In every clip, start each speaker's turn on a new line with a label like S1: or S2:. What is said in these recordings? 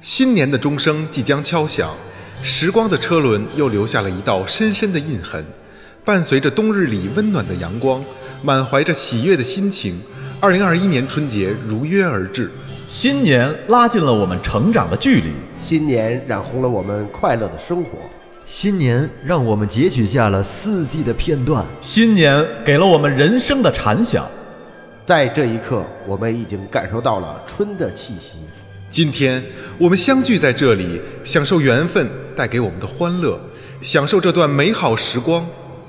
S1: 新年的钟声即将敲响，时光的车轮又留下了一道深深的印痕。伴随着冬日里温暖的阳光，满怀着喜悦的心情，二零二一年春节如约而至。
S2: 新年拉近了我们成长的距离，
S3: 新年染红了我们快乐的生活，
S4: 新年让我们截取下了四季的片段，
S2: 新年给了我们人生的禅想。
S3: 在这一刻，我们已经感受到了春的气息。
S1: 今天我们相聚在这里，享受缘分带给我们的欢乐，享受这段美好时光。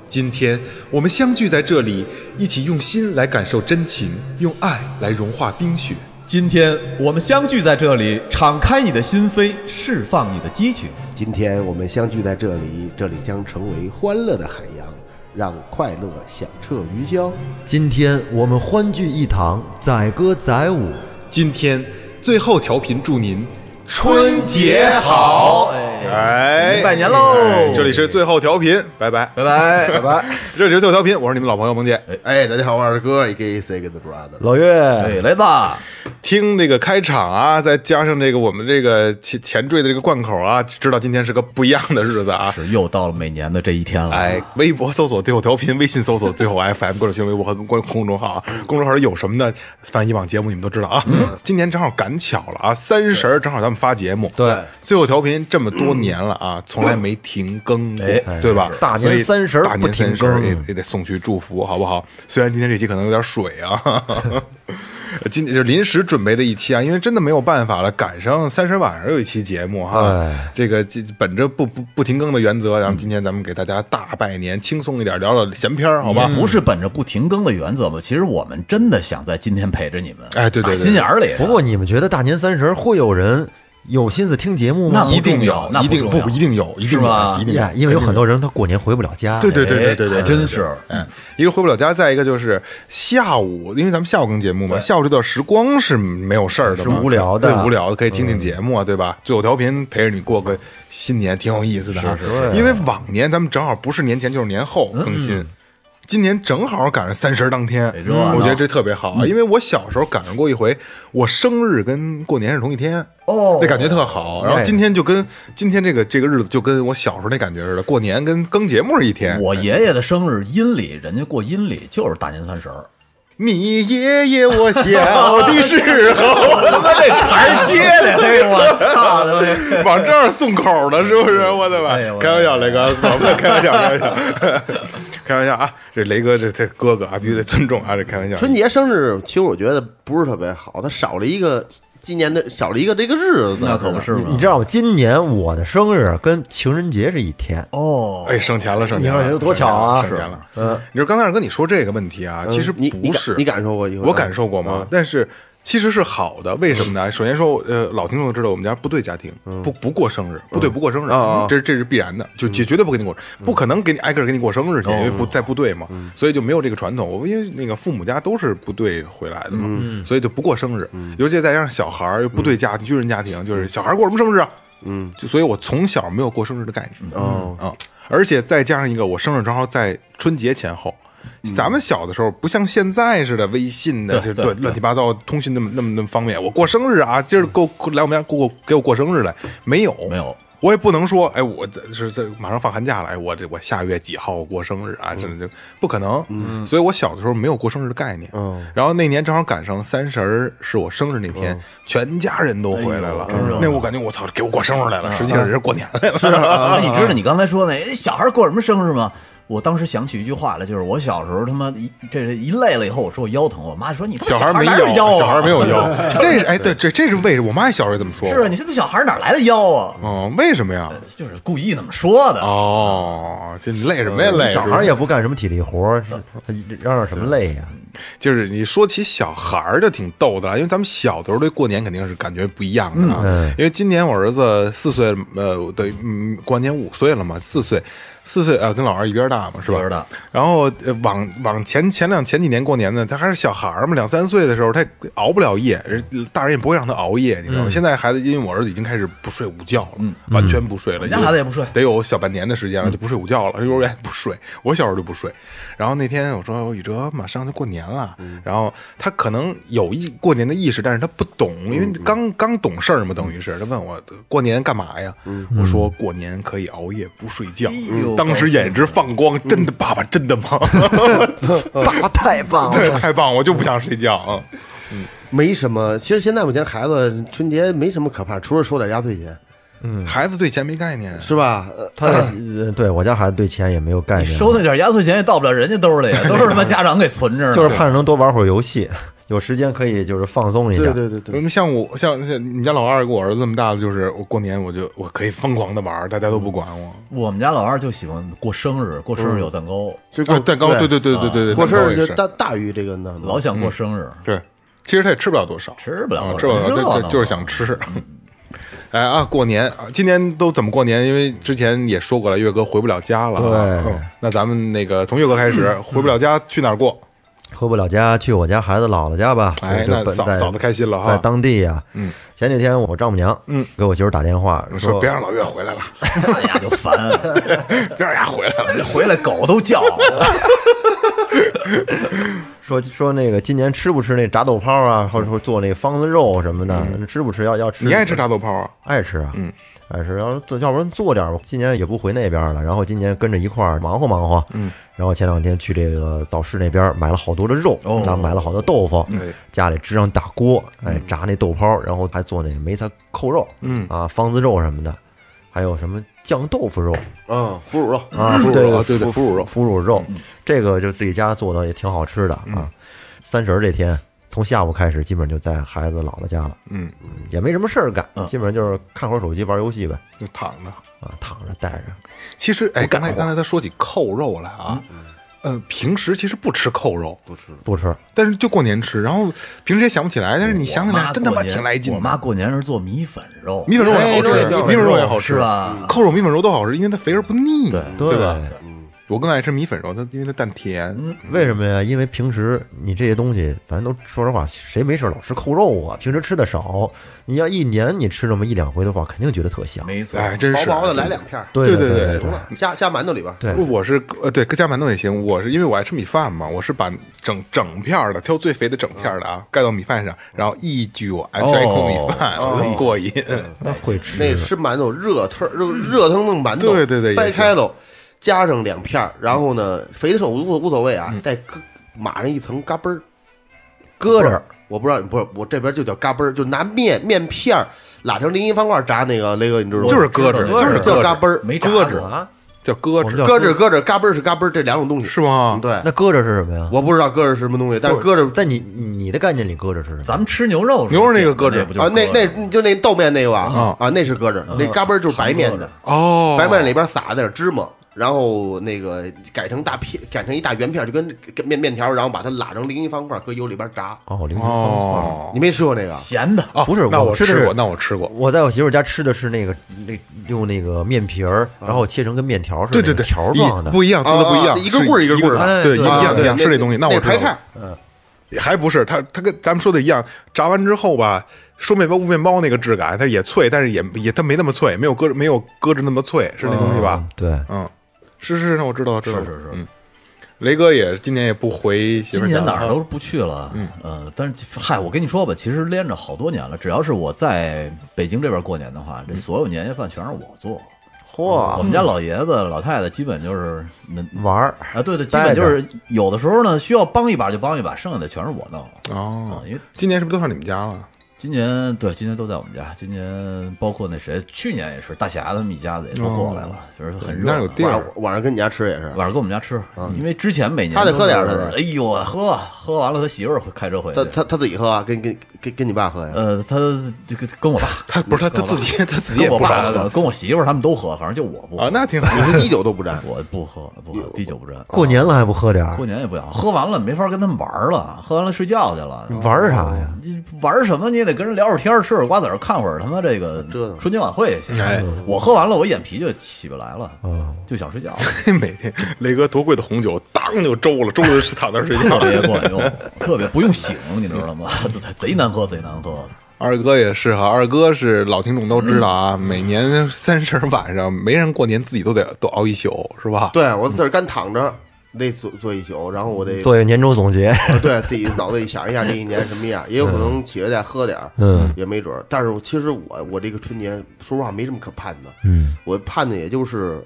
S1: 今天我们相聚在这里，一起用心来感受真情，用爱来融化冰雪。
S2: 今天我们相聚在这里，敞开你的心扉，释放你的激情。
S3: 今天我们相聚在这里，这里将成为欢乐的海洋，让快乐响彻云霄。
S4: 今天我们欢聚一堂，载歌载舞。
S1: 今天最后调频，祝您
S5: 春节好！
S1: 哎
S5: 拜年喽
S1: 哎这里是最后调频，拜拜。
S5: 拜拜 拜拜！
S1: 这里是最后调频，我是你们老朋友蒙姐。
S3: 哎，大家好，我是二哥，A.K.A. Second Brother。
S4: 老岳，
S2: 对，雷子，
S1: 听这个开场啊，再加上这个我们这个前前缀的这个贯口啊，知道今天是个不一样的日子啊。
S2: 是又到了每年的这一天了。
S1: 哎，微博搜索最后调频，微信搜索最后 FM，各种新浪微博和公公众号啊，公众号里有什么呢？翻以往节目你们都知道啊。今年正好赶巧了啊，三十儿正好咱们发节目，
S4: 对，
S1: 最后调频这么多年了啊，从来没停更过，对吧？
S4: 大年
S1: 所以
S4: 三十儿
S1: 大
S4: 不
S1: 年
S4: 停
S1: 三十儿
S4: 更
S1: 也也得送去祝福，好不好？虽然今天这期可能有点水啊。 今就是临时准备的一期啊，因为真的没有办法了，赶上三十晚上有一期节目哈、这个这本着不不不停更的原则，然后今天咱们给大家大拜年，轻松一点，聊聊闲篇儿，好
S4: 嗯
S1: 吧？
S2: 不是本着不停更的原则吧？其实我们真的想在今天陪着你们。
S1: 哎对对对
S2: 打心眼儿里。啊
S4: 不过你们觉得大年三十儿会有人有心思听节目吗
S2: 那？
S1: 一定有
S2: 不重要，那
S1: 一
S2: 不
S1: 定
S2: 重要
S1: 不一定有，一定
S2: 是吧
S1: 有，一定有啊
S4: 呀，因为有很多人他过年回不了家。
S1: 对对对对对
S2: 哎
S1: 对，
S2: 还真是
S1: 嗯，一个回不了家，再一个就是下午，因为咱们下午更节目嘛，下午这段时光是没有事儿的嘛，
S4: 是无聊的嗯
S1: 对，无聊的可以听听节目啊，对吧？最后调频陪着你过个新年，挺有意思的啊。
S4: 是嗯是
S1: 因为往年咱们正好不是年前就是年后更新。今年正好赶上三十当天
S4: 哎
S2: 得，热闹
S1: 我觉得这特别好
S4: 嗯
S1: 啊，因为我小时候赶上过一回，我生日跟过年是同一天，
S2: 哦
S1: 那感觉特
S4: 哎
S1: 好。然后今天就跟今天这个这个日子就跟我小时候那感觉似的，过年跟更节目是一天。
S2: 我爷爷的生日阴历，人家过阴历就是大年三十儿。
S1: 你爷爷，我小的时候，
S2: 他妈这
S1: 哎
S2: 台阶 的，嘿，哎我操他 妈！
S1: 往这儿送口呢，是不是？我的妈
S2: 哎呀！我
S1: 开玩笑，雷哥，我们开玩笑，开玩笑，开玩笑啊！这雷哥这这哥哥啊，必须得尊重啊！这开玩笑。
S5: 春节生日其实我觉得不是特别好，它少了一个今年的少了一个这个日子，
S2: 那可不是
S4: 你
S2: 吗？
S4: 知道吗？今年我的生日跟情人节是一天，
S2: 哦，
S1: 哎，省钱了，省钱了，
S4: 你说这多巧啊
S1: 省钱了。嗯，你说刚才二哥你说这个问题啊，其实
S5: 嗯你你
S1: 不
S5: 感
S1: 是，
S5: 你感受过一回？
S1: 我感受过吗？但是其实是好的，为什么呢？首先说，呃，老听众都知道我们家部队家庭，不不过生日，部队不过生日
S5: 哦哦，
S1: 这是这是必然的，就绝绝对不给你过，不可能给你挨个儿给你过生日去，因为不在部队嘛，所以就没有这个传统。我因为那个父母家都是部队回来的嘛，所以就不过生日，尤其再加上小孩儿，部队家庭、军人家庭，就是小孩儿过什么生日啊？嗯，就所以，我从小没有过生日的概念。
S2: 嗯
S5: 哦，
S1: 啊、而且再加上一个，我生日正好在春节前后。咱们小的时候不像现在似的，微信的
S2: 嗯
S1: 这
S2: 对对
S1: 乱
S2: 对
S1: 乱七八糟通讯那么那么那么方便。我过生日啊，今儿给我来我们家给我给我过生日来，没有
S2: 没有，
S1: 我也不能说，哎，我这是这马上放寒假了，哎，我这我下月几号过生日
S2: 嗯
S1: 啊？这这不可能。所以我小的时候没有过生日的概念。
S2: 嗯
S1: 然后那年正好赶上三十儿是我生日那天，全家人都回来
S2: 哎
S1: 了。那我感觉我操，给我过生日来
S2: 嗯
S1: 了，实际上人家过年来 了。
S2: 那哎你知道你刚才说那哎小孩过什么生日吗？我当时想起一句话来，就是我小时候他妈一这这一累了以后，我说我腰疼，我妈说你他妈
S1: 小孩
S2: 孩
S1: 没
S2: 哪有
S1: 腰，
S2: 啊
S1: 小孩没有 腰，这是哎，对，这这是为什么？我妈也小时候也这么说。
S2: 是啊，你说这小孩哪来的腰啊？
S1: 哦，为什么呀？
S2: 就是故意那么说的。
S1: 啊哦，这你累什么
S2: 嗯
S1: 呀？累
S4: 小
S1: 是
S4: 孩
S1: 吧
S4: 儿也不干什么体力活儿，是嚷嚷什么累呀？
S1: 就是你说起小孩儿就挺逗的了，因为咱们小的时候对过年肯定是感觉不一样的啊。
S2: 嗯
S1: 因为今年我儿子四岁，呃，对，嗯，过完年五岁了嘛，四岁，四岁呃，跟老二一边大嘛，是吧？
S2: 一边大。
S1: 然后呃往往前前两前几年过年呢，他还是小孩儿嘛，两三岁的时候他也熬不了夜，人大人也不会让他熬夜，你知道
S2: 嗯
S1: 吗？现在孩子因为我儿子已经开始不睡午觉了，完全不睡了，
S2: 我们嗯家孩子也不睡嗯
S1: 得有小半年的时哎间了，就不睡午觉了。幼儿园不睡，我小时候就不睡。然后那天我说宇哲，马上就过年了，啊，
S2: 嗯
S1: 然后他可能有意过年的意识，但是他不懂，
S2: 嗯
S1: 因为刚刚懂事儿嘛，等于是他问我呃过年干嘛呀？
S2: 嗯
S1: 我说过年可以熬夜不睡觉
S2: 哎呦，
S1: 嗯
S2: 嗯
S1: 当时眼直放光，真的爸爸真的吗？
S4: 爸爸太棒了，
S1: 对， 太棒，我就不想睡觉啊。
S5: 没什么。其实现在我家孩子春节没什么可怕，除了收点压岁钱，
S1: 嗯孩子对钱没概念，
S5: 是吧？呃
S4: 他的对我家孩子对钱也没有概念，
S2: 收那点压岁钱也到不了人家兜里， 都是他妈家长给存着呢。
S4: 就是盼着能多玩会儿游戏，有时间可以就是放松一
S5: 对
S4: 下。
S5: 对对对，
S1: 嗯，像我像像你家老二跟我儿子这么大的，就是我过年我就我可以疯狂的玩，大家都不管我。
S2: 我们家老二就喜欢过生日，过
S1: 嗯
S2: 生日有蛋糕，
S5: 是过
S1: 啊，蛋糕，对对
S2: 嗯
S1: 对对对对，
S5: 过生
S1: 蛋
S5: 日
S1: 糕也嗯
S5: 就是大大于这个呢。
S2: 老想过生日，
S1: 对，其实他也吃不了多少，
S2: 吃不了
S1: 啊
S2: 多少
S1: 吃不了多
S2: 热
S1: 少，
S2: 闹
S1: 就就是想吃。 哎啊，过年啊今年都怎么过年？因为之前也说过了，岳哥回不了家了啊。
S4: 对
S1: 嗯那咱们那个从岳哥开始， 回不了家去哪儿过？
S4: 回不了家，去我家孩子姥姥家吧。
S1: 哎
S4: 就
S1: 那
S4: 本
S1: 嫂
S4: 在
S1: 嫂子开啊心了哈
S4: 在当地呀。嗯，前几天我丈母娘嗯给我媳妇儿打电话
S1: 我
S4: 说
S1: 说别让老岳回来了，
S2: 哎呀就烦，
S1: 别让他回来了。
S2: 回来狗都叫。
S4: 说
S1: 嗯
S4: 说那个今年吃不吃那炸豆泡啊，或者说做那方子肉什么的，吃不吃？要要吃？
S1: 嗯你爱吃炸豆泡啊？
S4: 爱吃啊，嗯，爱吃。要是做，要不然做点吧。今年也不回那边了，然后今年跟着一块儿忙活忙活，嗯。然后前两天去这个早市那边买了好多的肉，
S2: 哦
S4: 咱买了好多豆腐，
S1: 哎
S4: 家里支上大锅，哎，炸那豆泡，然后还做那梅菜扣肉，
S1: 嗯
S4: 啊，方子肉什么的，还有什么酱豆腐肉
S5: 嗯，腐乳肉
S4: 啊，
S5: 腐乳
S4: 对
S5: 肉，对对，腐乳肉。
S4: 腐乳肉，这个就自己家做的也挺好吃的啊。三十儿这天，从下午开始，基本就在孩子姥姥家了，
S1: 嗯，
S4: 也没什么事儿干，
S2: 嗯
S4: 基本上就是看会儿手机、玩游戏呗，
S1: 就躺着。
S4: 啊，躺着待着。
S1: 其实，哎，刚才刚才他说起扣肉来啊，呃，平时其实不吃扣肉，
S5: 不吃，
S4: 不吃，
S1: 但是就过年吃，然后平时也想不起来，但是你想起
S2: 我
S1: 来，
S2: 妈
S1: 真他妈
S2: 过年
S1: 挺来劲
S2: 我
S1: 的。
S2: 妈过年是做米粉肉，哎
S1: 米粉肉也好
S5: 哎
S1: 吃，
S5: 对
S1: 米粉肉也好
S2: 是
S1: 吃
S2: 吧
S1: 扣肉、米粉肉都好吃，因为它肥而不腻，对
S5: 嗯
S4: 对
S1: 吧？我更爱吃米粉肉，它因为它淡甜。
S4: 为什么呀？因为平时你这些东西，咱都说实话，谁没事儿老吃扣肉啊？平时吃的少，你要一年你吃那么一两回的话，肯定觉得特香。
S2: 没错，
S1: 哎，真
S5: 薄
S1: 是
S5: 薄的来两片儿，
S1: 对
S4: 对对
S1: 对
S4: 对，
S5: 加加馒头里边儿。
S4: 对
S1: 我是呃，对，搁加馒头也行。我是因为我爱吃米饭嘛，我是把整整片儿的挑最肥的整片儿的啊，盖到米饭上，然后一卷蘸一口米饭，我很过瘾。
S4: 那会吃
S5: 那吃馒头热腾热热腾腾馒头，
S1: 对对对
S5: 掰
S1: 也是嗯
S5: 开喽，加上两片儿，然后呢，肥的瘦无无所谓啊，再搁码上一层嘎嘣儿，
S4: 搁这儿，
S5: 我不知道，不是我这边就叫嘎嘣儿，就拿面面片儿拉成菱形方块炸那个那个，你知道吗？
S1: 就是搁置，
S2: 我
S1: 就是
S5: 叫
S1: 搁
S5: 嘎
S1: 置，
S5: 嘣儿，
S2: 没炸
S1: 搁
S2: 过
S1: 置
S4: 啊，
S1: 叫搁
S4: 我们
S1: 置，
S4: 叫
S5: 搁置搁置嘎嘣儿是嘎嘣儿这两种东西
S1: 是吗
S5: 嗯？对，
S4: 那搁着是什么呀？
S5: 我不知道搁置是什么东西，但是搁置
S4: 在你你的概念里搁着是什么？
S2: 咱们吃牛肉时
S1: 牛
S2: 候，
S1: 肉那个搁置
S2: 那不就
S5: 啊，那
S2: 搁置
S5: 那就那豆面那个啊啊，那是搁置，那嘎嘣儿就是白面
S2: 含搁
S5: 的
S2: 着，
S1: 哦，
S5: 白面里边撒了点芝麻，然后那个改成大片，改成一大圆片，就跟跟面面条，然后把它拉成菱形方块，搁油里边炸。
S4: 哦，零食方块。
S1: 哦
S5: 你没吃过那个？
S2: 咸的，
S1: 哦，
S4: 不是
S1: 那
S4: 我
S1: 我
S4: 吃的是
S1: 过，那我吃过，
S4: 我在我媳妇儿家吃的是那个那用那个面皮儿，然后切成跟面条似
S1: 嗯
S4: 的，
S1: 对对对，
S4: 条
S1: 一
S4: 状的，
S1: 不一样，做的不一样，
S5: 啊啊一个棍儿
S1: 是
S5: 一个棍儿
S4: 的
S1: 对，一
S5: 啊
S1: 样
S5: 对
S1: 一样
S5: 那
S1: 是这东西。那我
S5: 那
S1: 知道
S5: 排叉
S1: 了，还不是它，它跟咱们说的一样，炸完之后吧，说面包不面包那个质感，它也脆，但是也也它没那么脆，没有搁没有搁着那么脆，是那东西吧
S4: 嗯？对，
S1: 嗯，是是，那我知道，知道
S2: 是是是
S1: 嗯，雷哥也今年也不回媳妇
S2: 今
S1: 儿家了，啊
S2: 年哪儿都不去了，
S1: 嗯
S2: 呃，但是嗨，我跟你说吧，其实连着好多年了，只要是我在北京这边过年的话，
S1: 嗯
S2: 这所有年夜饭全是我做。
S4: 嚯
S5: 啊
S2: 我们家老爷子、老太太基本就是那
S4: 玩儿
S1: 嗯
S2: 啊，对对，基
S4: 待
S2: 本
S4: 着
S2: 就是有的时候呢需要帮一把就帮一把，剩下的全是我弄。啊
S1: 哦
S2: 因为，
S1: 今年是不是都上你们家了？
S2: 今年对，今年都在我们家，今年包括那谁，去年也是大侠他们一家子也都过来了，就是很热
S1: 那有
S2: 闹。
S1: 地
S5: 晚
S1: 儿啊
S5: 上晚上跟你家吃也是，
S2: 晚上跟我们家吃，因为之前每年
S5: 他得
S2: 都
S5: 喝点儿
S2: 是
S5: 他得
S2: 哎呦，喝喝完了，他媳妇儿会开车回去
S5: 他。他他自己喝啊，跟跟跟跟你爸 喝呀？
S2: 呃，他这个跟我爸，
S1: 他不是他他自己他自己也
S2: 跟我
S1: 不
S2: 爸
S1: 上了
S2: 跟我媳妇儿他们都喝，反正就我不
S1: 啊，
S2: 喝，，
S1: 那挺 好。
S5: 你是滴酒都不沾
S2: 我不喝，不喝滴酒不沾。
S4: 过年了还不喝点儿
S2: 过，年也不想喝完了，没法跟他们玩儿了，喝完了睡觉去了。
S4: 玩儿啥呀？
S2: 你玩儿什么？你也得跟人聊会儿天儿，吃会儿瓜子儿，看会儿他妈这个
S5: 折腾
S2: 春节晚会去
S1: 哎。嗯
S2: 我喝完了，我眼皮就起不来了，就想睡觉，
S1: 每天雷哥多贵的红酒，当就周了，周了是躺那儿睡
S2: 特
S1: 觉。
S2: 别管用，特别不用醒，你知道吗？
S1: 嗯
S2: 贼难喝，贼难喝。
S1: 二哥也是哈，二哥是老听众都知道啊，每年三十晚上没人过年，自己都得都熬一宿，是吧？
S5: 对我自个儿干躺着，得做做一宿，然后我得
S4: 做一个年终总结，
S5: 对自己脑子里想一下这一年什么样，也有可能起来再喝点儿，
S4: 嗯，
S5: 也没准儿。但是我其实我我这个春节说实话没什么可盼的，
S4: 嗯
S5: 我盼的也就是，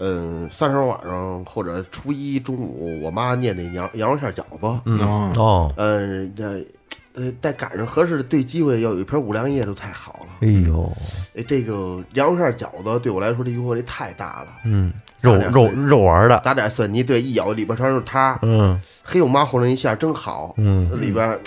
S5: 嗯，三十晚上或者初一中午，我妈念那羊羊肉馅儿饺子，
S1: 嗯，
S4: 哦，
S5: 嗯，那呃，再赶上合适的对机会，要有一瓶五粮液就太好了。
S4: 哎呦，
S5: 哎，这个羊肉馅儿饺子对我来说这诱惑力太大了，
S4: 嗯，肉肉肉丸的，
S5: 打点蒜泥，对，一咬里边全是汤儿，
S4: 嗯
S5: 嘿，我妈和了一下真好，
S4: 嗯，
S5: 里边儿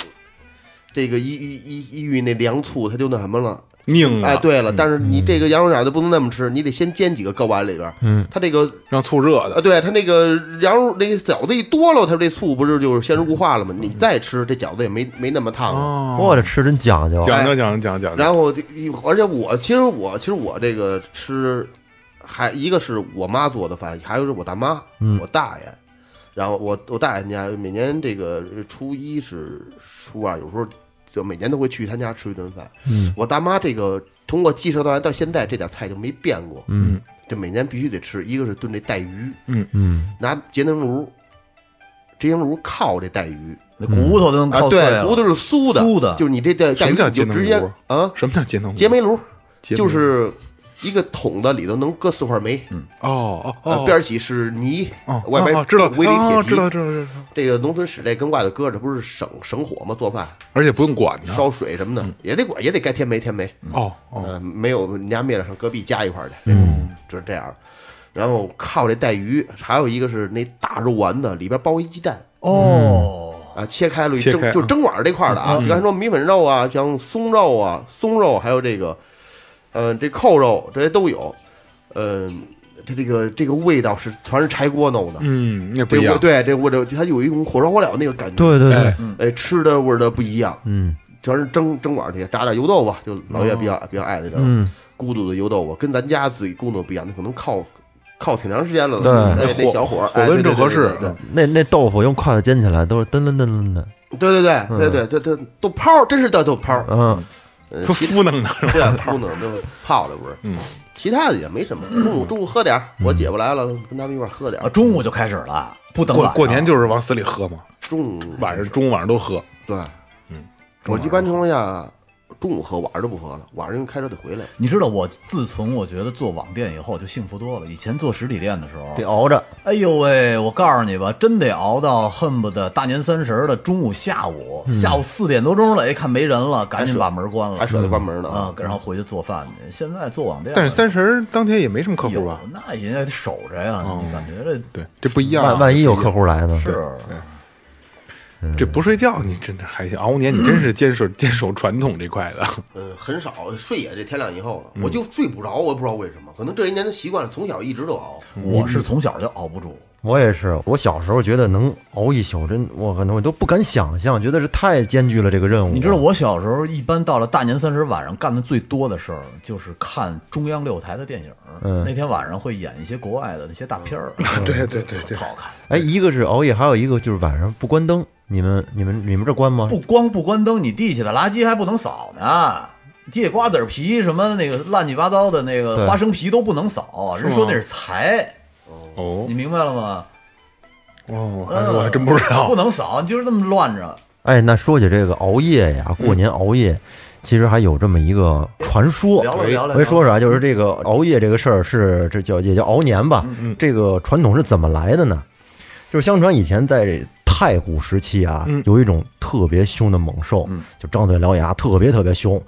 S5: 这个一一一一遇那凉醋，它就那什么了。
S1: 拧啊了，
S5: 哎，对了，但是你这个羊肉饺子不能那么吃，你得先煎几个搁碗里边儿，
S4: 嗯
S5: 它这个
S1: 让醋热
S5: 啊，
S1: 的，
S5: 对它那个羊肉那个饺子一多了，它这醋不是就是先入化了吗？你再吃这饺子也没没那么烫了。
S1: 哦，
S4: 哇，这吃真讲究，啊
S1: 讲究讲究讲究讲究，
S5: 然后这，而且我其实我其实我这个吃，还一个是我妈做的饭，还有是我大妈，
S4: 嗯
S5: 我大爷。然后我我大爷家每年这个初一是初二，有时候就每年都会去他家吃一顿饭。
S4: 嗯
S5: 我大妈这个从我记事到来到现在，这点菜就没变过，
S4: 嗯
S5: 这每年必须得吃。一个是炖这带鱼，
S4: 嗯，
S5: 拿节能炉，节能炉烤这带鱼
S1: 嗯
S2: 那骨头都能
S5: 啊
S2: 烤，碎
S5: 对，
S2: 了，
S5: 骨头是酥的，
S2: 酥的
S5: 就是你这带带
S1: 什
S5: 鱼
S1: 么叫
S5: 你就
S1: 节能
S5: 直接
S1: 炉
S5: 啊，
S1: 什么叫节能？
S5: 结煤炉
S1: 结煤炉
S5: 就是一个桶子里头能搁四块煤，
S1: 哦哦
S5: 呃
S1: 哦，
S5: 边儿起是泥，
S1: 哦
S5: 外边
S1: 哦知道
S5: 围了一
S1: 哦
S5: 铁皮
S1: 知道知道知道，
S5: 这个农村室内跟外头搁着，不是省省火吗？做饭
S1: 而且不用管它，
S5: 烧水什么的也得管，也得该添煤添煤，
S1: 哦嗯哦，
S5: 呃，没有你家灭了上隔壁加一块儿去，嗯，就是这样。然后靠这带鱼，还有一个是那大肉丸子，里边包一鸡蛋，
S1: 嗯
S2: 哦，
S5: 啊，切开了一
S1: 切
S5: 蒸
S1: 开
S5: 就
S1: 嗯
S5: 蒸碗儿这块儿的啊，你刚才说米粉肉啊，像松肉啊、松肉，还有这个，嗯，这扣肉这些都有，嗯，它这个这个味道是全是柴锅弄的，
S1: 嗯，那不
S5: 这
S1: 一
S5: 味
S1: 样，
S5: 对这味道它有一种火烧火燎那个感觉，
S4: 对对对
S1: 哎，
S5: 哎，吃的味儿的不一样，
S4: 嗯
S5: 全是蒸蒸碗儿去，炸点油豆腐，啊就老岳比
S1: 哦
S5: 较比较爱那种
S4: 嗯，
S5: 咕嘟的油豆腐，跟咱家自己咕嘟不一样，那可能靠靠挺长时间了，
S4: 对
S5: 哎那
S1: 火
S5: 小火儿
S1: 火
S5: 哎
S1: 温
S5: 对
S1: 正
S5: 对
S1: 合
S5: 对
S1: 适
S5: 对对对
S4: 那那豆腐用筷子煎起来都是噔噔噔噔的，
S1: 嗯
S5: 对对对对对，这这豆泡儿真是叫豆泡儿。
S4: 嗯
S5: 呃
S1: 说
S5: 其
S1: 敷弄的，
S5: 对，泡呢都泡的不是，
S1: 嗯，
S5: 其他的也没什么。中午中午喝点儿，我姐夫来了，跟他们一块儿喝点
S2: 啊，
S5: 儿。
S2: 中午就开始了，不等
S1: 过
S2: 晚上
S1: 过年就是往死里喝嘛，
S5: 中午
S1: 晚上中午晚上都喝，
S5: 对，嗯，我一般情况下中午喝，晚上就不喝了，晚上因为开车得回来。
S2: 你知道我自从我觉得做网店以后就幸福多了。以前做实体店的时候，
S4: 得熬着，
S2: 哎呦喂，我告诉你吧，真得熬到恨不得大年三十的中午、下午，下午四点多钟了，一看没人了，赶紧把门关了，
S5: 还舍得关门呢
S2: 啊、然后回去做饭去。现在做网店，
S1: 但是三十儿当天也没什么客
S2: 有
S1: 户吧？
S2: 那也得守着呀，你感觉这
S1: 对，这不一样啊，
S4: 万万一有客户来呢，
S2: 是
S1: 这不睡觉，你真的还行。熬年你真是 坚守坚守传统这块的，
S5: 嗯，很少睡也这天亮以后了，我就睡不着，我也不知道为什么，可能这一年的习惯，从小一直都熬。
S2: 我是从小就熬不住，
S4: 我也是，我小时候觉得能熬一宿，真我可能我都不敢想象，觉得是太艰巨了这个任务。
S2: 你知道我小时候一般到了大年三十晚上干的最多的事儿就是看中央六台的电影，那天晚上会演一些国外的那些大片儿，对对对对，好看。
S4: 哎，一个是熬夜，还有一个就是晚上不关灯。你们、你们、你们这关吗？
S2: 不光不关灯，你地下的垃圾还不能扫呢。地下瓜子皮什么那个乱七八糟的那
S4: 对
S2: 个花生皮都不能扫，人说那是财，
S1: 哦
S2: 你明白了吗？
S1: 哦，还
S2: 嗯
S1: 我还真不知道
S2: 不，能扫，你就是这么乱着。
S4: 哎，那说起这个熬夜呀，过年熬夜，其实还有这么一个传说。
S2: 聊了聊了嗯
S4: 我跟说说啊，就是这个熬夜这个事儿是这叫也叫熬年吧？
S2: 嗯
S4: 这个传统是怎么来的呢？就是相传以前在太古时期啊，
S2: 嗯
S4: 有一种特别凶的猛兽，就张嘴獠牙，特别特别凶。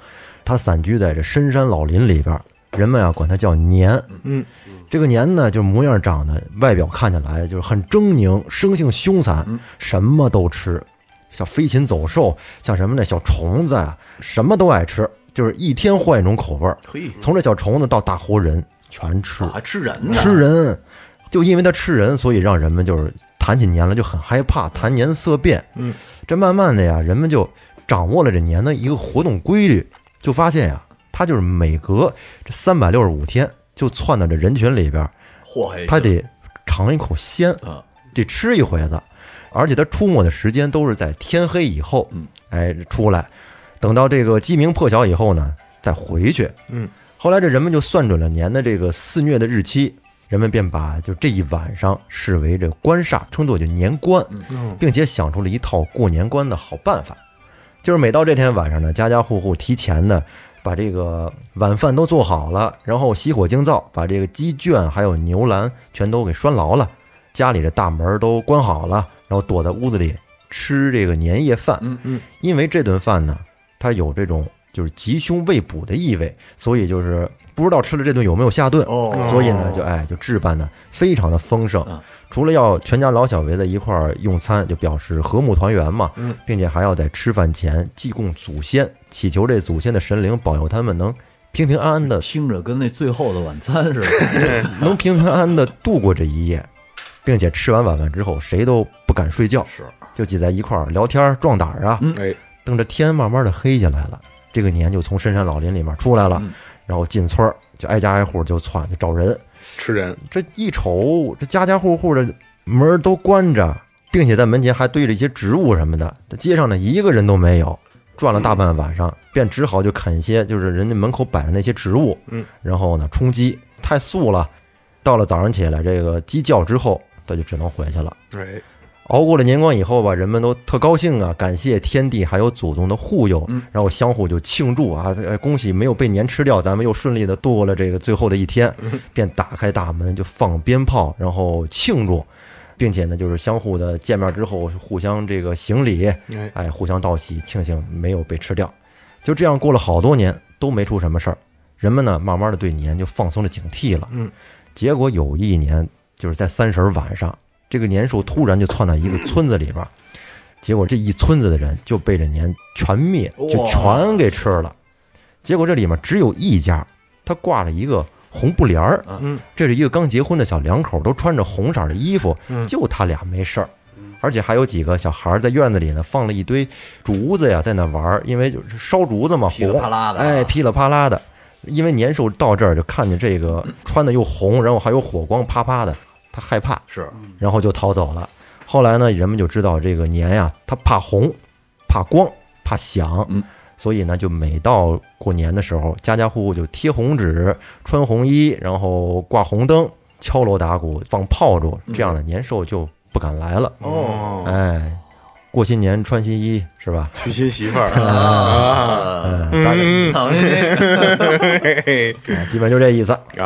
S4: 它散居在这深山老林里边儿，人们啊管它叫年。
S1: 嗯，
S4: 这个年呢，就是模样长得，外表看起来就是很狰狞，生性凶残，什么都吃，像飞禽走兽，像什么呢，小虫子啊，什么都爱吃，就是一天换一种口味儿，
S2: 嘿，
S4: 从这小虫子到大活人全吃，
S2: 还吃人呢，
S4: 吃人，就因为它吃人，所以让人们就是谈起年来就很害怕，谈年色变。
S1: 嗯，
S4: 这慢慢的呀，人们就掌握了这年的一个活动规律，就发现呀，它就是每隔这三百六十五天就窜到这人群里边儿，
S2: 嚯嘿，
S4: 它得尝一口鲜，
S2: 嗯
S4: 得吃一回子，而且它出没的时间都是在天黑以后，哎出来，等到这个鸡鸣破晓以后呢，再回去。
S1: 嗯，
S4: 后来这人们就算准了年的这个肆虐的日期，人们便把就这一晚上视为这官煞，称作就年关，
S1: 嗯
S4: 并且想出了一套过年关的好办法，就是每到这天晚上呢，家家户户提前呢把这个晚饭都做好了，然后熄火惊灶，把这个鸡圈还有牛栏全都给拴牢了，家里的大门都关好了，然后躲在屋子里吃这个年夜饭。
S2: 嗯
S1: 嗯，
S4: 因为这顿饭呢，它有这种就是吉凶未卜的意味，所以就是不知道吃了这顿有没有下顿，
S2: 哦
S4: 嗯所以呢就哎就置办的非常的丰盛
S2: 嗯。
S4: 除了要全家老小围在一块儿用餐，就表示和睦团圆嘛，
S2: 嗯
S4: 并且还要在吃饭前祭供祖先，祈求这祖先的神灵保佑他们能平平安安的
S2: 听着跟那最后的晚餐 似
S4: 哎
S2: 的。
S4: 能平平安安的度过这一夜，并且吃完晚饭之后，谁都不敢睡觉，
S2: 是，
S4: 就挤在一块儿聊天儿壮胆儿
S2: 嗯
S4: 啊。
S1: 哎，
S4: 等着天慢慢的黑下来了，这个年就从深山老林里面出来了，
S2: 嗯
S4: 然后进村儿就挨家挨户就窜就找人，
S1: 吃人，
S4: 这一瞅，这家家户户的门儿都关着，并且在门前还堆着一些植物什么的，在街上呢一个人都没有。转了大半晚上，便只好就砍一些，就是人家门口摆的那些植物，
S1: 嗯，
S4: 然后呢充饥，太素了。到了早上起来，这个鸡叫之后，他就只能回去了。
S1: 哎，
S4: 熬过了年关以后吧，人们都特高兴啊，感谢天地还有祖宗的护佑，然后相互就庆祝啊，哎恭喜没有被年吃掉，咱们又顺利的度过了这个最后的一天，便打开大门就放鞭炮，然后庆祝，并且呢就是相互的见面之后互相这个行礼，
S1: 哎，
S4: 哎，互相道喜，庆幸没有被吃掉。就这样过了好多年，都没出什么事儿。人们呢，慢慢的对年就放松了警惕了。
S1: 嗯，
S4: 结果有一年，就是在三十儿晚上，这个年兽突然就窜到一个村子里边儿，结果这一村子的人就被这年全灭，就
S2: 哇
S4: 全给吃了。结果这里面只有一家，他挂着一个红布帘儿，
S1: 嗯，
S4: 这是一个刚结婚的小两口，都穿着红色的衣服，
S1: 嗯
S4: 就他俩没事儿。
S2: 嗯
S4: 而且还有几个小孩儿在院子里呢，放了一堆竹子呀，在那玩儿，因为就是烧竹子嘛，
S2: 噼里
S4: 红
S2: 啪啦的啊
S4: 哎，噼里啪啦的。因为年兽到这儿就看见这个穿的又红，然后还有火光啪啪的，他害怕，
S2: 是，
S4: 然后就逃走了。后来呢，人们就知道这个年呀，它怕红，怕光，怕响，
S2: 嗯
S4: 所以呢，就每到过年的时候，家家户户就贴红纸、穿红衣，然后挂红灯、敲锣打鼓、放炮竹，
S2: 嗯
S4: 这样的年兽就不敢来了。
S1: 哦，
S4: 哎，过新年穿新衣是吧？
S1: 娶新媳妇儿啊，
S2: 呃，
S4: 嗯，大概
S1: 嗯，
S2: 等于
S1: 嘿嘿，
S4: 哎基本就这意思。
S2: 嗯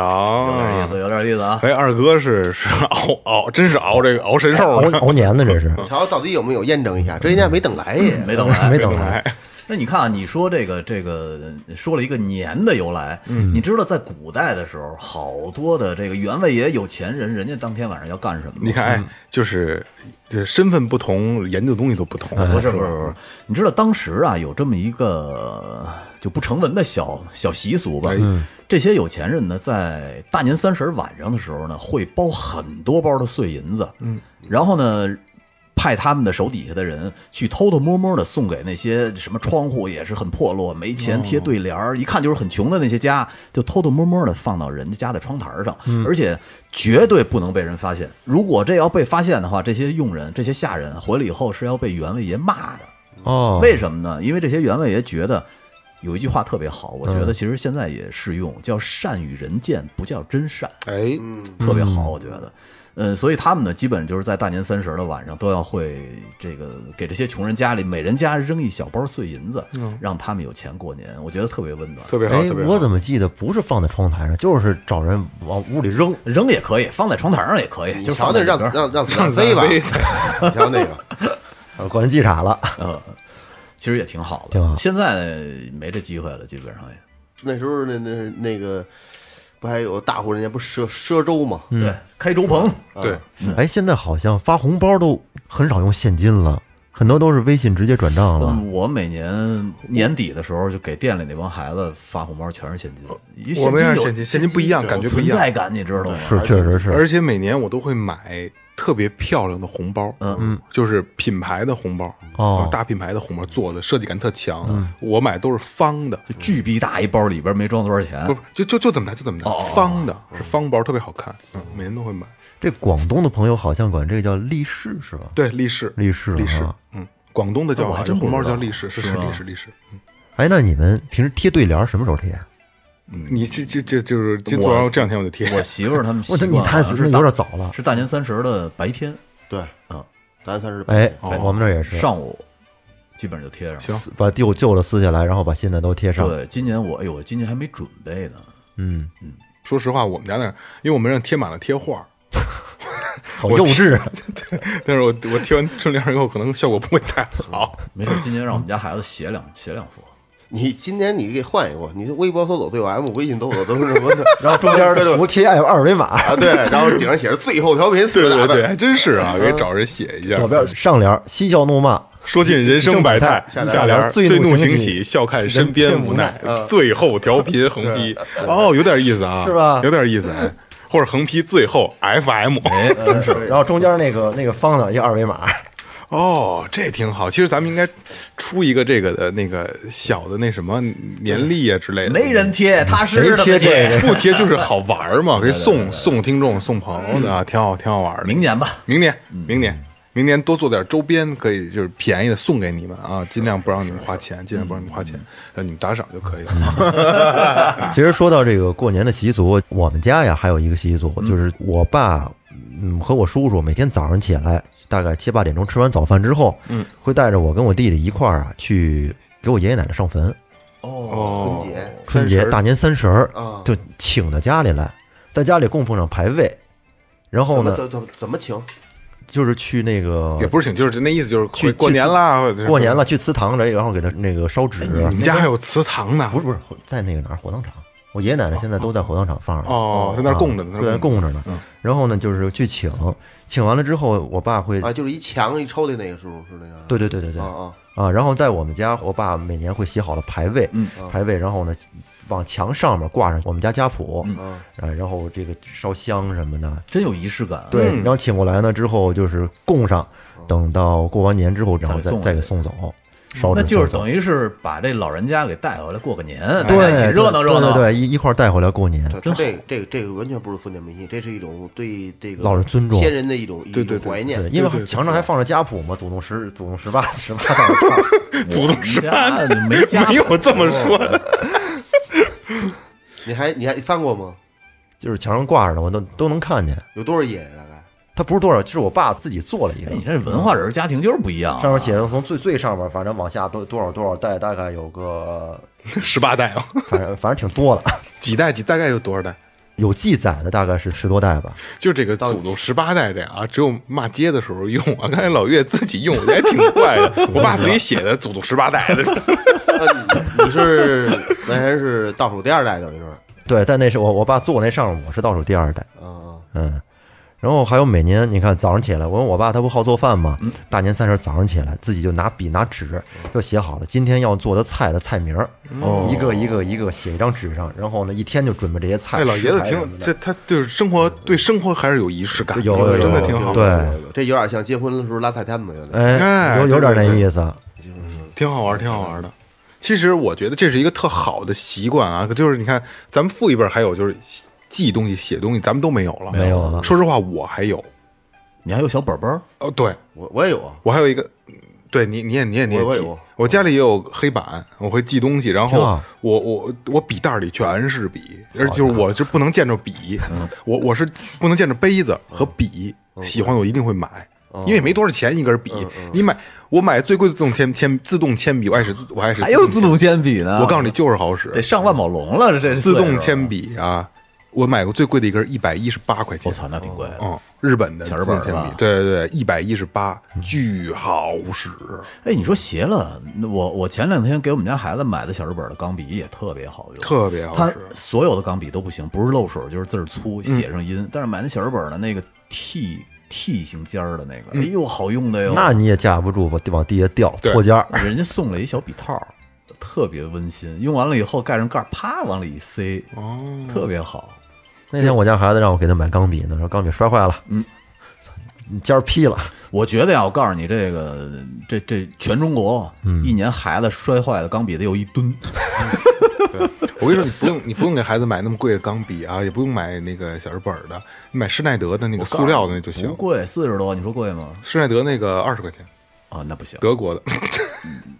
S2: 有点意
S1: 啊，
S2: 思，有点意思啊。
S1: 哎，二哥是是熬熬，真是熬这个熬神兽
S2: 啊
S4: 熬
S1: 了，
S4: 熬年呢，这是
S5: 你瞧到底有没有验证一下？这人家没等来也，
S2: 啊没等来
S4: 嗯没，等来。
S1: 哎
S2: 那你看啊，你说这个这个说了一个年的由来，你知道在古代的时候，好多的这个袁位爷有钱人，人家当天晚上要干什么吗？
S1: 你看，哎，就是这身份不同，研究的东西都不同，
S2: 不哎是
S1: 吧
S2: 不是不是，你知道当时啊有这么一个就不成文的小小习俗吧？这些有钱人呢，在大年三十晚上的时候呢，会包很多包的碎银子，嗯，然后呢。派他们的手底下的人去偷偷摸摸的送给那些什么窗户也是很破落、没钱贴对联儿，一看就是很穷的那些家，就偷偷摸摸的放到人家的窗台上，而且绝对不能被人发现。如果这要被发现的话，这些佣人、这些下人回来以后是要被袁位爷骂的。
S4: 哦
S2: 为什么呢？因为这些袁位爷觉得有一句话特别好，我觉得其实现在也适用，叫“善与人见，不叫真善
S1: 哎，”，
S2: 特别好，我觉得。嗯，所以他们呢，基本就是在大年三十的晚上都要会这个给这些穷人家里每人家扔一小包碎银子，
S1: 嗯
S2: 让他们有钱过年，我觉得特别温暖。
S1: 特别好，
S4: 哎
S1: 特别，好
S4: 我怎么记得不是放在窗台上，就是找人往屋里扔。
S2: 扔也可以，放在床台上也可以，就
S5: 你
S2: 是放
S5: 瞧
S2: 在
S5: 那
S2: 里
S5: 让
S2: 边 儿
S5: 让让子弹飞吧，
S1: 飞
S5: 你瞧那个，
S4: 呃管人记傻了。
S2: 呃其实也挺好的。
S4: 挺好
S2: 现在没这机会了，基本上也。
S5: 那时候那那那个不还有大户人家不赊赊粥吗？
S1: 嗯
S5: 啊
S2: 对，开粥棚，
S1: 对，
S4: 哎，现在好像发红包都很少用现金了，很多都是微信直接转账了。
S2: 嗯我每年年底的时候就给店里那帮孩子发红包，全是现金。因为
S1: 我们也是
S2: 有
S1: 现金现金不一样
S2: 有
S1: 感觉不一样
S2: 存在感你知道吗？
S4: 是，确实是。
S1: 而且每年我都会买特别漂亮的红包，嗯嗯，就是品牌的红包，
S4: 哦
S1: 大品牌的红包做的设计感特强，我买都是方的，
S2: 就巨逼大一包，里边没装多少钱
S1: 不。是就就就怎么来就怎么
S2: 哦哦
S1: 来，
S2: 哦
S1: 方的是方包，特别好看，嗯，每年都会买。
S4: 这广东的朋友好像管这个叫立式是吧？
S1: 对，立式，
S4: 立式
S1: 立式
S4: 啊，
S1: 嗯，广东的叫
S2: 我
S1: 法，
S2: 还
S1: 这
S2: 真不
S1: 红包
S2: 知道
S1: 叫立式，是
S2: 是
S1: 是
S2: 吗
S1: 立式立式。
S4: 哎，那你们平时贴对联儿什么时候贴？
S1: 你这这这就是今做完这两嗯天我就贴，
S2: 我媳妇儿他们习
S4: 我这
S2: 惯
S4: 你太
S2: 啊
S4: 那
S2: 是
S4: 有
S2: 大
S4: 点早了。
S2: 是大年三十的白天
S5: 对，嗯
S2: 啊，
S5: 大年三十，
S4: 哎，
S1: 哦
S4: 我们这儿也是，
S2: 上午基本上就贴上了。
S1: 行
S4: 把旧旧的撕下来，然后把新的都贴上。
S2: 对，今年我哎呦，我今年还没准备呢，
S4: 嗯，
S1: 说实话，我们家那儿，因为我们让贴满了贴画，
S4: 好幼稚啊！
S1: 但是我我贴完春联以后，可能效果不会太好。
S2: 没事，今年让我们家孩子写两写两幅。
S5: 你今年你给换一个，你微博搜索最有 M，微信搜索都是什么的
S4: 然后中间
S5: 对对
S4: 的图贴哎二维码，
S5: 啊？对，然后顶上写着“最后调频”四
S1: 对 对
S5: 个大
S1: 对，
S5: 字，
S1: 还真是啊，给找人写一下。
S4: 左边上联嬉笑怒骂，
S1: 说尽人生百态，
S5: 下联
S1: 下联
S4: 最
S1: 最
S4: 怒
S1: 怒
S4: 形
S1: 行
S4: 喜
S1: 喜，笑看身边无奈，嗯最后调频横批。哦，有点意思啊，
S4: 是吧
S1: 有点意思，哎或者横批最后 FM。
S2: 哎，真是
S4: 然后中间那个那个方的一二维码，
S1: 哦，这挺好。其实咱们应该出一个这个的那个小的那什么年历啊之类的。
S2: 没人贴，踏实实
S4: 谁
S2: 的
S4: 贴这
S2: 贴。
S4: 个？
S1: 不贴就是好玩儿嘛，可以送送听众、送朋友的啊，挺好，挺好玩儿的。
S2: 明年吧，
S1: 明年，明年，明年多做点周边，可以就是便宜的送给你们啊，尽量不让你们花钱，尽量不让你们花钱，让你们打赏就可以了。
S4: 其实说到这个过年的习俗，我们家呀还有一个习俗，就是我爸。嗯，和我叔叔每天早上起来，大概七八点钟吃完早饭之后，嗯，会带着我跟我弟弟一块儿啊，去给我爷爷奶奶上坟。
S1: 哦
S5: 春节
S4: 春节大年三十儿
S5: 啊
S4: 就请到家里来，在家里供奉上牌位，然后
S5: 怎么
S4: 呢，
S5: 怎怎怎么请？
S4: 就是去那个
S1: 也不是请，就是那意思就是
S4: 去
S1: 过年啦，或者是哎
S4: 过年了，去祠堂里，然后给他那个烧纸。
S1: 你们家还有祠堂呢
S4: 不？是不是在那个哪儿火葬场，我爷爷奶奶现在都在火葬场放着呢。
S1: 哦，在那儿供着呢，嗯
S4: 对，
S1: 在那儿着。
S4: 供着呢。然后呢，就是去请，请完了之后，我爸
S1: 哎
S4: 会，
S5: 啊，就是一墙一抽的那个，是不是是那个？
S4: 对对对对对
S5: 啊
S1: 哦
S5: 啊，
S4: 啊。然后在我们家，我爸每年会写好了牌位，
S1: 嗯
S4: 牌位，然后呢，往墙上面挂上我们家家谱，
S1: 嗯
S5: 哦
S4: 啊，然后这个烧香什么的，
S2: 真有仪式感。，啊
S4: 对。然后请过来呢之后，就是供上，
S1: 哦
S4: 等到过完年之后，然后
S2: 再
S4: 再
S2: 送
S4: 再给送走，烧纸
S2: 那就是
S4: 送走
S2: 等于是把这老人家给带回来过个年，大家
S4: 哎对
S2: 一起热闹热
S4: 对
S2: 闹。
S4: 对对，一一块儿带回来过年。
S5: 对，这个这个这个完全不是封建迷信，这是一种对这个
S4: 老人尊重
S5: 先人的一种一
S1: 对对
S5: 种
S1: 对
S5: 怀念
S4: 对，。因为墙上还放着家谱嘛，祖宗十祖宗十八十八代操
S1: 祖宗十八
S2: 我们家没家谱
S1: 没有这么说的，
S5: 你还你还翻过吗？
S4: 就是墙上挂着的，我都都能看见。
S5: 有多少页呀？大概
S4: 它不是多少，就是我爸自己做了一个
S2: 哎，你这文化人家庭就是不一样啊。
S4: 上面写的从最最上面，反正往下都多少多少代，大概有个，
S1: 十八代啊，
S4: 反正反正挺多了，
S1: 几代几大概有多少代？
S4: 有记载的大概是十多代吧。
S1: 就这个祖宗十八代这啊，只有骂街的时候用啊。刚 才老岳自己用， 我觉得还挺怪 的。我爸自己写的祖宗十八代的，
S5: 啊那你你是那还是倒数第二代，等于是哦
S4: 对，但那是我我爸做那上面，我是倒数第二代。
S5: 啊
S4: 嗯，然后还有每年你看早上起来，我问我爸他不好做饭吗？大年三十早上起来自己就拿笔拿纸就写好了今天要做的菜的菜名儿，一个一个一个写一张纸上，然后呢一天就准备这些菜。
S1: 哎，老爷子
S4: 食材什么
S1: 挺
S4: 的
S1: 这，他就是生活对生活还是有仪式感，
S4: 哦有有
S1: 真的
S4: 有
S1: 挺好，
S4: 对
S5: 啊，这有点像结婚的时候拉菜单子，有点
S4: 哎，
S1: 哎
S4: 有有点那
S1: 对对对
S4: 意思。
S1: 挺好玩，挺好玩的。其实我觉得这是一个特好的习惯啊，就是你看咱们父一辈儿还有就是记东西、写东西，咱们都没有了，
S4: 没有了
S1: 说实话，我还有
S2: 你还有小本本儿，
S1: 哦，对
S5: 我我也有啊，
S1: 我还有一个，嗯对你你也你也你也
S5: 我
S1: 记
S5: 有，
S1: 我家里也有黑板，我会记东西，然
S4: 挺
S1: 后
S4: 好
S1: 我我我笔袋里全是笔，而就是我就不能见着笔，
S2: 嗯
S1: 我我是不能见着杯子和笔，喜欢的我一定会买。
S2: 嗯
S1: 因为没多少钱一根笔，你买我买最贵的自动铅铅自动铅笔，我爱使我爱使
S2: 还有自动铅笔呢。
S1: 我告诉你，就是好使
S2: 得，上万宝龙了，这
S1: 自动铅。笔啊，我买过最贵的一根一百一十八块
S2: 这岁数我
S1: 钱，
S2: 操，那挺贵的。
S1: 嗯，日本的
S2: 小
S1: 自
S2: 日
S1: 动
S2: 本儿
S1: 铅笔
S2: 吧，
S1: 对对对，一百一十八，巨好使。
S2: 哎，你说邪了，我我前两天给我们家孩子买的小日本的钢笔也特别好用，
S1: 特别好
S2: 它
S1: 使嗯
S2: 所有的钢笔都不行，不是漏水就是字儿粗，写上音。但是买那小日本的那个 T T 型尖儿的那个，哎
S1: 嗯
S2: 呦，好用的哟。
S4: 那你也架不住吧，往地下掉，
S1: 对
S4: 错尖儿。
S2: 人家送了一小笔套儿，特别温馨。用完了以后盖上盖儿，啪往里一塞，
S1: 哦，
S2: 特别好。
S4: 那天我家孩子让我给他买钢笔呢，说钢笔摔坏了，嗯，尖儿劈了，
S2: 我觉得呀，我告诉你，这个这这全中国，一年孩子摔坏的钢笔得有一吨。
S1: 我跟你说，你不用你不用给孩子买那么贵的钢笔啊，也不用买那个小日本儿的，你买施耐德的那个塑料的那就
S2: 不
S1: 行。
S2: 贵，四十多，你说贵吗？
S1: 施耐德那个二十块钱，
S2: 啊，那不行，
S1: 啊德国的，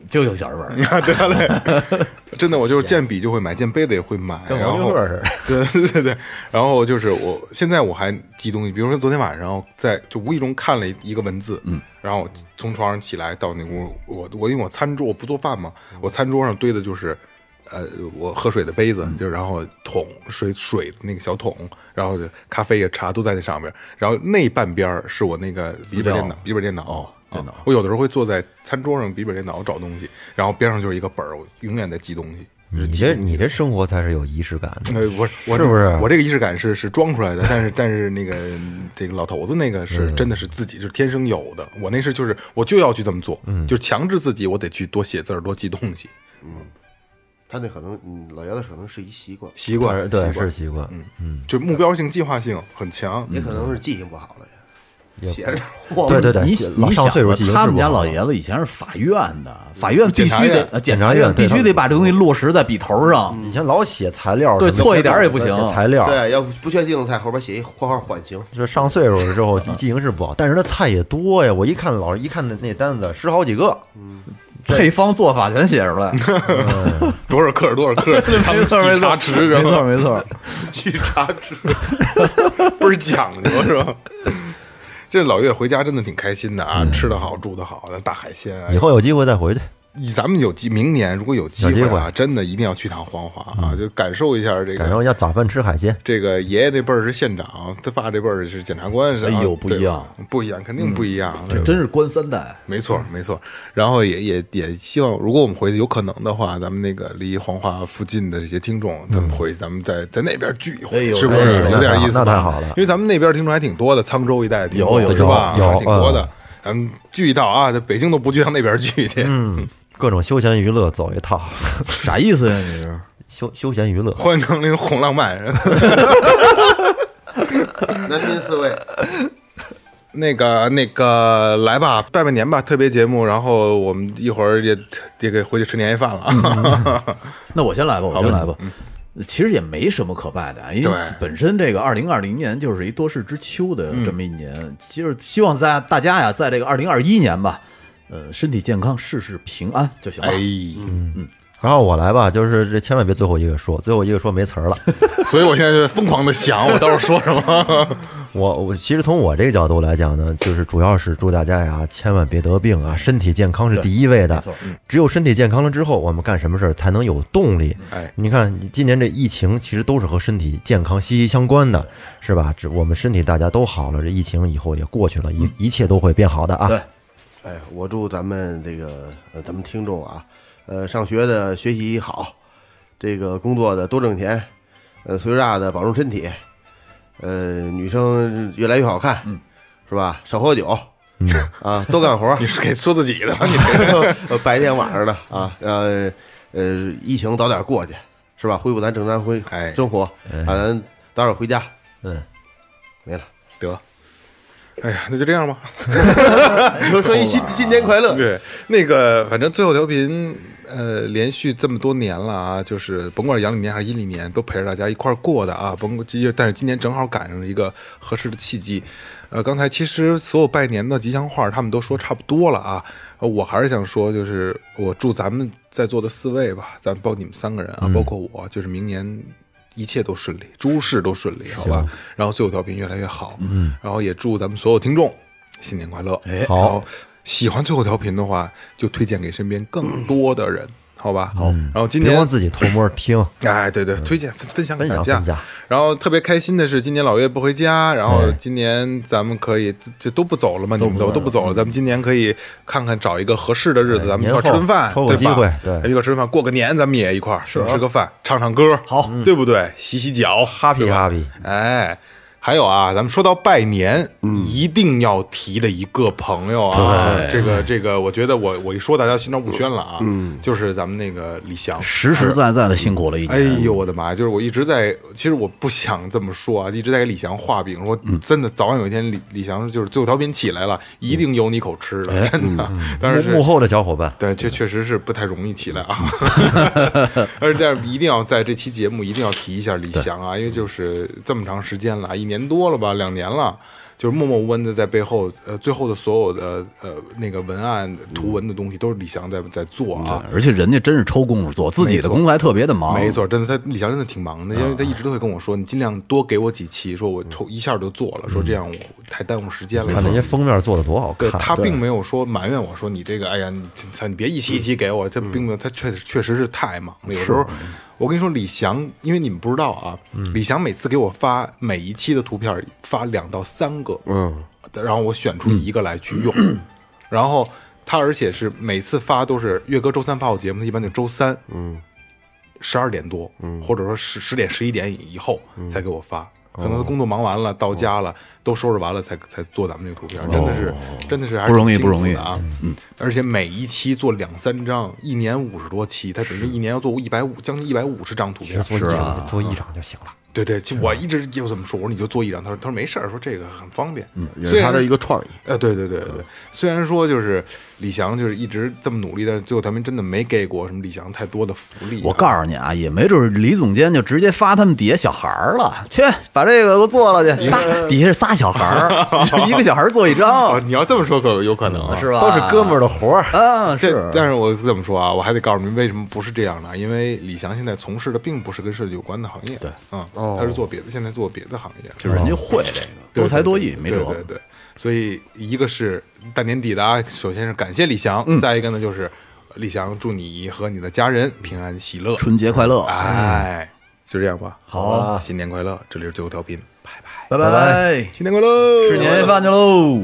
S2: 就有小日本儿。
S1: 得嘞，真的我就是见笔就会买，见杯子也会买，
S4: 跟
S1: 然
S4: 王
S1: 后
S4: 俊赫似的。
S1: 对对对对，然后就是我现在我还记东西，比如说昨天晚上我在就无意中看了一个文字，嗯，然后从床上起来到那屋，我我因为我餐桌我不做饭嘛，我餐桌上堆的就是，呃，我喝水的杯子，就是然后桶水水那个小桶，然后就咖啡也茶都在那上面，然后那半边儿是我那个笔记本电脑，笔记本电脑哦。电脑、我有的时候会坐在餐桌上，笔记本电脑找东西，然后边上就是一个本儿，我永远在记东西。就是
S4: 你
S1: 记
S4: 这
S1: 东西
S4: 你这生活才是有仪式感的。
S1: 呃，我我
S4: 是不是
S1: 我这个仪式感是是装出来的？但是但是那个这个老头子那个是真的是自己就是天生有的。我那是就是我就要去这么做，就是强制自己，我得去多写字儿，多记东西，
S5: 他那可能，嗯，老爷子可能是一习惯，
S1: 习惯
S4: 是对，
S1: 习惯
S4: 是习惯，
S1: 就目标性、计划性很强。
S5: 也可能是记性不好了，也写着我
S4: 对对对，
S2: 你
S4: 老
S2: 你
S4: 上岁数
S2: 想
S4: 记性
S2: 吧他
S4: 是
S2: 们
S4: 不
S2: 家
S4: 好
S2: 老爷子以前是法院的，法院必
S1: 检察
S2: 须得
S1: 院
S2: 呃检
S4: 察
S2: 察
S4: 院
S2: 院
S4: 对嗯
S2: 必须
S4: 他
S2: 得把这东西落实在笔头上。
S4: 以前老写材料什
S2: 对
S4: 么的，
S2: 错一点儿也不
S4: 写
S2: 行
S4: 材料，
S5: 对，要不不确定在后边写一括号缓刑，
S4: 这上岁数了之 后记性是不好，但是他菜也多呀。我一看老师一看那那单子十好几个，
S2: 配方做法全写出来，
S1: 多少克多少克，几汤
S2: 没错没
S1: 几茶
S2: 错，
S1: 匙，
S2: 没
S1: 然后
S2: 错没错。
S1: 去查 纸，倍儿讲究是吧？ 这老岳回家真的挺开心的啊，吃得好，住得好，那大海鲜啊，
S4: 以后有机会再回去。
S1: 咱们有机，明年如果有机会
S4: 有机
S1: 啊，
S4: 会
S1: 真的一定要去趟黄骅啊，就感受一下这
S4: 赶
S1: 个
S4: 上要早饭吃海鲜，
S1: 这个爷爷这辈儿是县长，他爸这辈儿是检察官，是吧
S2: 哎呦不一样，
S1: 对不一样，肯定不一样。
S4: 嗯
S1: 对
S2: 这真是官三代，
S1: 没错，没错。然后也也也希望，如果我们回去有可能的话，咱们那个离黄骅附近的这些听众，咱们回去，咱们在在那边聚一
S2: 哎
S1: 回，
S2: 呦
S1: 是不
S2: 哎
S1: 是
S2: 呦
S1: 有点意思吧？
S4: 嗯那太好了
S1: 因为咱们那边听众还挺多的，沧州一带的听众
S2: 有有
S1: 是吧？
S4: 有
S1: 还挺多的
S4: 嗯，
S1: 咱们聚一道啊，在北京都不聚，到那边聚去。
S4: 嗯，各种休闲娱乐走一套，
S2: 啥意思呀？你是
S4: 休休闲娱乐。
S1: 欢迎光临红浪漫。
S5: 男宾四位，
S1: 那个那个，来吧，拜拜年吧，特别节目，然后我们一会儿也也给回去吃年夜饭了。啊。
S2: 那我先来吧，嗯我先来吧。其实也没什么可拜的啊，因为
S1: 对
S2: 本身这个二零二零年就是一多事之秋的这么一年，就是希望在大家呀，在这个二零二一年吧，呃，身体健康，事事平安就行了
S1: 哎。，
S4: 然后我来吧，就是这千万别最后一个说，最后一个说没词儿了。
S1: 所以我现在就疯狂的想，我待会儿说什么。
S4: 我我其实从我这个角度来讲呢，就是主要是祝大家呀，千万别得病啊，身体健康是第一位的。
S2: 嗯
S4: 只有身体健康了之后，我们干什么事儿才能有动力。
S1: 哎，
S4: 你看今年这疫情，其实都是和身体健康息息相关的，是吧？只我们身体大家都好了，这疫情以后也过去了，
S1: 嗯
S4: 一一切都会变好的啊。
S2: 对，
S5: 哎，我祝咱们这个呃咱们听众啊，呃，上学的学习好，这个工作的多挣钱，呃，岁数大的保重身体，呃，女生越来越好看，嗯，是吧？少喝酒，嗯啊，多干活儿
S1: 你，是给说自己的吗？你
S5: 呃白天晚上的啊，呃呃，疫情早点过去，是吧？恢复咱正常恢
S1: 哎
S5: 生活，啊，咱早点回家，
S4: 嗯，
S5: 没了，
S1: 得，哎呀，那就这样吧。
S5: 说说一新新年快乐，
S1: 对，那个反正最后调频，呃，连续这么多年了啊，就是甭管是阳历年还是阴历年，都陪着大家一块儿过的啊。甭，但是今年正好赶上了一个合适的契机。呃，刚才其实所有拜年的吉祥话他们都说差不多了啊，呃我还是想说，就是我祝咱们在座的四位吧，咱包你们三个人
S4: 嗯
S1: 啊，包括我，就是明年一切都顺利，诸事都顺利，好吧？然后最后调频越来越好，嗯，然后也祝咱们所有听众新年快乐，
S2: 哎
S4: 好
S1: 然后喜欢最后调频的话，就推荐给身边更多的人，好吧？好，然后今
S4: 嗯别
S1: 年
S4: 光自己偷摸听，
S1: 哎，对对，推荐分 分享给大
S4: 分享
S1: 家。
S4: 分享
S1: 然后特别开心的是，今年老岳不回家，然后
S4: 哎
S1: 今年咱们可以就都不走了嘛，你们都都不走了，咱们今年可以看看找一个合适的日子，
S4: 嗯对
S1: 咱们一
S4: 年
S1: 块儿吃
S4: 后
S1: 顿饭，
S4: 抽个
S1: 对吧
S4: 机会对
S1: 一块儿吃顿饭，过个年咱们也一块儿吃个饭，唱唱歌，嗯
S2: 好，
S1: 对不对？洗洗脚
S4: 嗯，happy happy。
S1: 哎，还有啊，咱们说到拜年，
S4: 嗯
S1: 一定要提的一个朋友啊，这个这个，我觉得我我一说大家心照不宣了啊，嗯，就是咱们那个李翔。
S2: 实实在在的辛苦了一
S1: 哎
S2: 年。
S1: 呦我的妈呀！就是我一直在，其实我不想这么说啊，一直在给李翔画饼，说真的，早晚有一天李李翔就是最后调频起来了，一定有你口吃的，真的。但是
S4: 幕幕后的小伙伴，
S1: 对，确确实是不太容易起来啊， 而且一定要在这期节目一定要提一下李翔啊，因为就是这么长时间了，一年多了吧，两年了，就是默默无闻的在背后，呃，最后的所有的呃那个文案图文的东西都是李翔在在做啊。
S2: 而且人家真是抽功夫做，自己的工作还特别的忙，
S1: 没错，真的，他李翔真的挺忙的，因为他一直都会跟我说，你尽量多给我几期，说我抽一下就做了，说这样我太耽误时间了。
S4: 看那些封面做的多好
S1: 嗯对
S4: 看，
S1: 他并没有说埋怨我说你这个，哎呀，你操，你别一期一期给我，这并没有，他确实确实嗯是太忙了。有时候我跟你说，李翔，因为你们不知道啊，李翔每次给我发每一期的图片发两到三个，嗯，然后我选出一个来去用，然后他而且是每次发都是岳哥周三发我节目，他一般就周三，嗯，十二点多，嗯，或者说十十点十一点以后才给我发。可能他工作忙完了，到家了，都收拾完了，才才做咱们这个图片，真的是，真的是还是
S2: 不容
S1: 挺
S2: 易
S1: 辛苦
S2: 不容易
S1: 的啊！嗯，而且每一期做两三张，一年五十多期，他等于一年要做一百五，将近一百五十张图
S4: 其
S1: 片
S4: 实。做一
S1: 啊
S4: 场做一场就行了。
S1: 对对，就我一直就这么说，我说你就做一张，他说他说没事儿，说这个很方便。嗯，
S5: 也
S1: 虽
S5: 是
S1: 然
S5: 他的一个创意。
S1: 呃，对对对
S2: 嗯
S1: 对对，虽然说就是李翔就是一直这么努力，但是最后他们真的没给过什么李翔太多的福利啊。
S2: 我告诉你啊，也没准儿李总监就直接发他们底下小孩儿了，去把这个给我做了去，仨底下是仨小孩儿，就一个小孩儿做一
S1: 啊，
S2: 张，
S1: 你要这么说可有可能啊，
S2: 嗯是吧？
S4: 都是哥们儿的活儿，
S2: 啊，
S1: 这，
S2: 是。
S1: 但是我这么说啊，我还得告诉你们为什么不是这样的，啊因为李翔现在从事的并不是跟设计有关的行业，对，嗯，他是做别的，现在做别的行业，
S2: 哦就是人家会这个，
S1: 对
S2: 多才多艺，
S1: 对
S2: 没
S1: 对
S2: 辙。
S1: 对对，所以一个是大年底的啊，首先是感谢李翔，
S2: 嗯
S1: 再一个呢就是李翔祝你和你的家人平安喜乐，
S2: 春节快乐，
S1: 哎，啊就这样吧，
S2: 好
S1: 新年快乐，这里是最后调频，拜拜，
S2: 拜拜，
S1: 新年快乐，
S2: 吃年夜饭去喽。